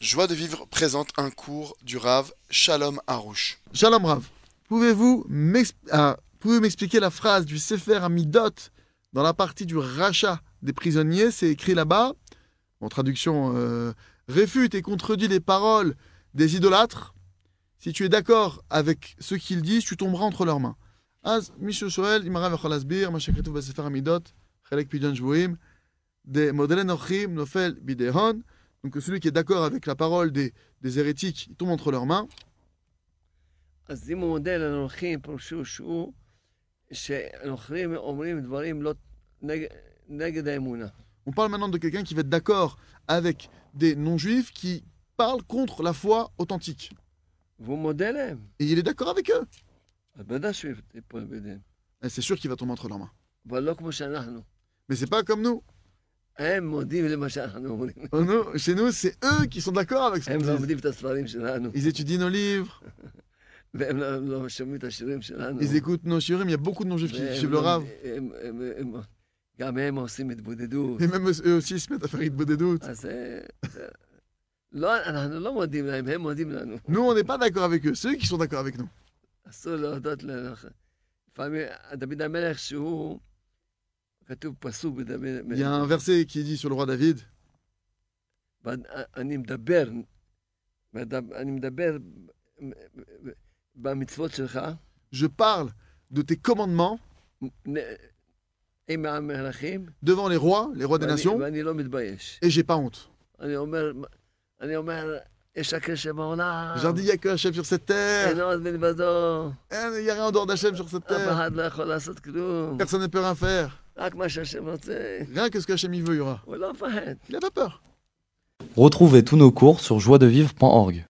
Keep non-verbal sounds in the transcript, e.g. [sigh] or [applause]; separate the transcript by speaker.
Speaker 1: Joie de vivre présente un cours du Rav Shalom Harouche.
Speaker 2: Shalom Rav, pouvez-vous m'ex- ah, pouvez-vous m'expliquer la phrase du Sefer Amidot dans la partie du rachat des prisonniers C'est écrit là-bas, en traduction, euh, réfute et contredit les paroles des idolâtres. Si tu es d'accord avec ce qu'ils disent, tu tomberas entre leurs mains. Az Michel Shoel, Imara Vechol Asbir, Ma Shekretu Sefer Amidot, Chelek Pidyon Jvoim, des Modelen Ochim, Nofel Bidehon. Donc celui qui est d'accord avec la parole des, des hérétiques, il tombe entre leurs mains.
Speaker 3: אז אם הוא מודל הנוכחי, פירושו שהוא שהנוכחים אומרים דברים לא נגד, נגד האמונה.
Speaker 2: On parle maintenant de quelqu'un qui va être d'accord avec des non-juifs qui parlent contre la foi authentique.
Speaker 3: והוא מודה להם.
Speaker 2: Et il est d'accord avec eux.
Speaker 3: אז בוודאי שהוא יפול בידיהם.
Speaker 2: Et c'est sûr qu'il va tomber entre leurs mains.
Speaker 3: אבל לא כמו שאנחנו.
Speaker 2: Mais c'est pas comme nous.
Speaker 3: הם מודים למה שאנחנו אומרים.
Speaker 2: Oh, nous, Chez nous, c'est eux qui sont d'accord avec ce
Speaker 3: הם
Speaker 2: qu'on dit.
Speaker 3: לומדים את הספרים שלנו,
Speaker 2: Ils étudient nos livres,
Speaker 3: והם לא- לא שומעים את השירים שלנו.
Speaker 2: ils écoutent nos shiurim. Il y a beaucoup de non-juifs qui
Speaker 3: והם
Speaker 2: qui suivent le
Speaker 3: לא-
Speaker 2: rave.
Speaker 3: הם- הם- הם- גם הם עושים התבודדות.
Speaker 2: [laughs] Et même eux aussi ils se mettent à faire Hitbo des doutes.
Speaker 3: אז אה, זה- לא, אנחנו לא מודים להם, הם מודים לנו.
Speaker 2: Nous, on n'est pas d'accord avec eux. C'est eux qui sont d'accord avec nous.
Speaker 3: אסור להודות ל... לפעמים, דוד המלך שהוא, כתוב פסוק בדוד
Speaker 2: Il y a
Speaker 3: המלך,
Speaker 2: un verset qui dit sur le roi David
Speaker 3: "ועד- אני מדבר, ועד- אני מדבר במצוות שלך,
Speaker 2: Je parle de tes commandements
Speaker 3: נ- עם המלכים,
Speaker 2: devant les rois, les rois des
Speaker 3: ואני-
Speaker 2: nations,
Speaker 3: ואני לא מתבייש.
Speaker 2: et j'ai pas honte.
Speaker 3: אני אומר, אני אומר, יש הקשר בעולם,
Speaker 2: J'ai dit, il n'y a que Hachem sur cette terre.
Speaker 3: אין עוד מלבדו,
Speaker 2: Hein, Il n'y a rien en dehors d'Hachem sur cette
Speaker 3: אף
Speaker 2: terre.
Speaker 3: אחד לא יכול לעשות כלום,
Speaker 2: Personne ne peut rien faire.
Speaker 3: רק מה שהשם רוצה,
Speaker 2: Rien que ce qu'Hachem y veut, il y aura.
Speaker 3: הוא לא מפחד.
Speaker 2: Il n'a pas peur.
Speaker 4: Retrouvez tous nos cours sur joiedevivre.org.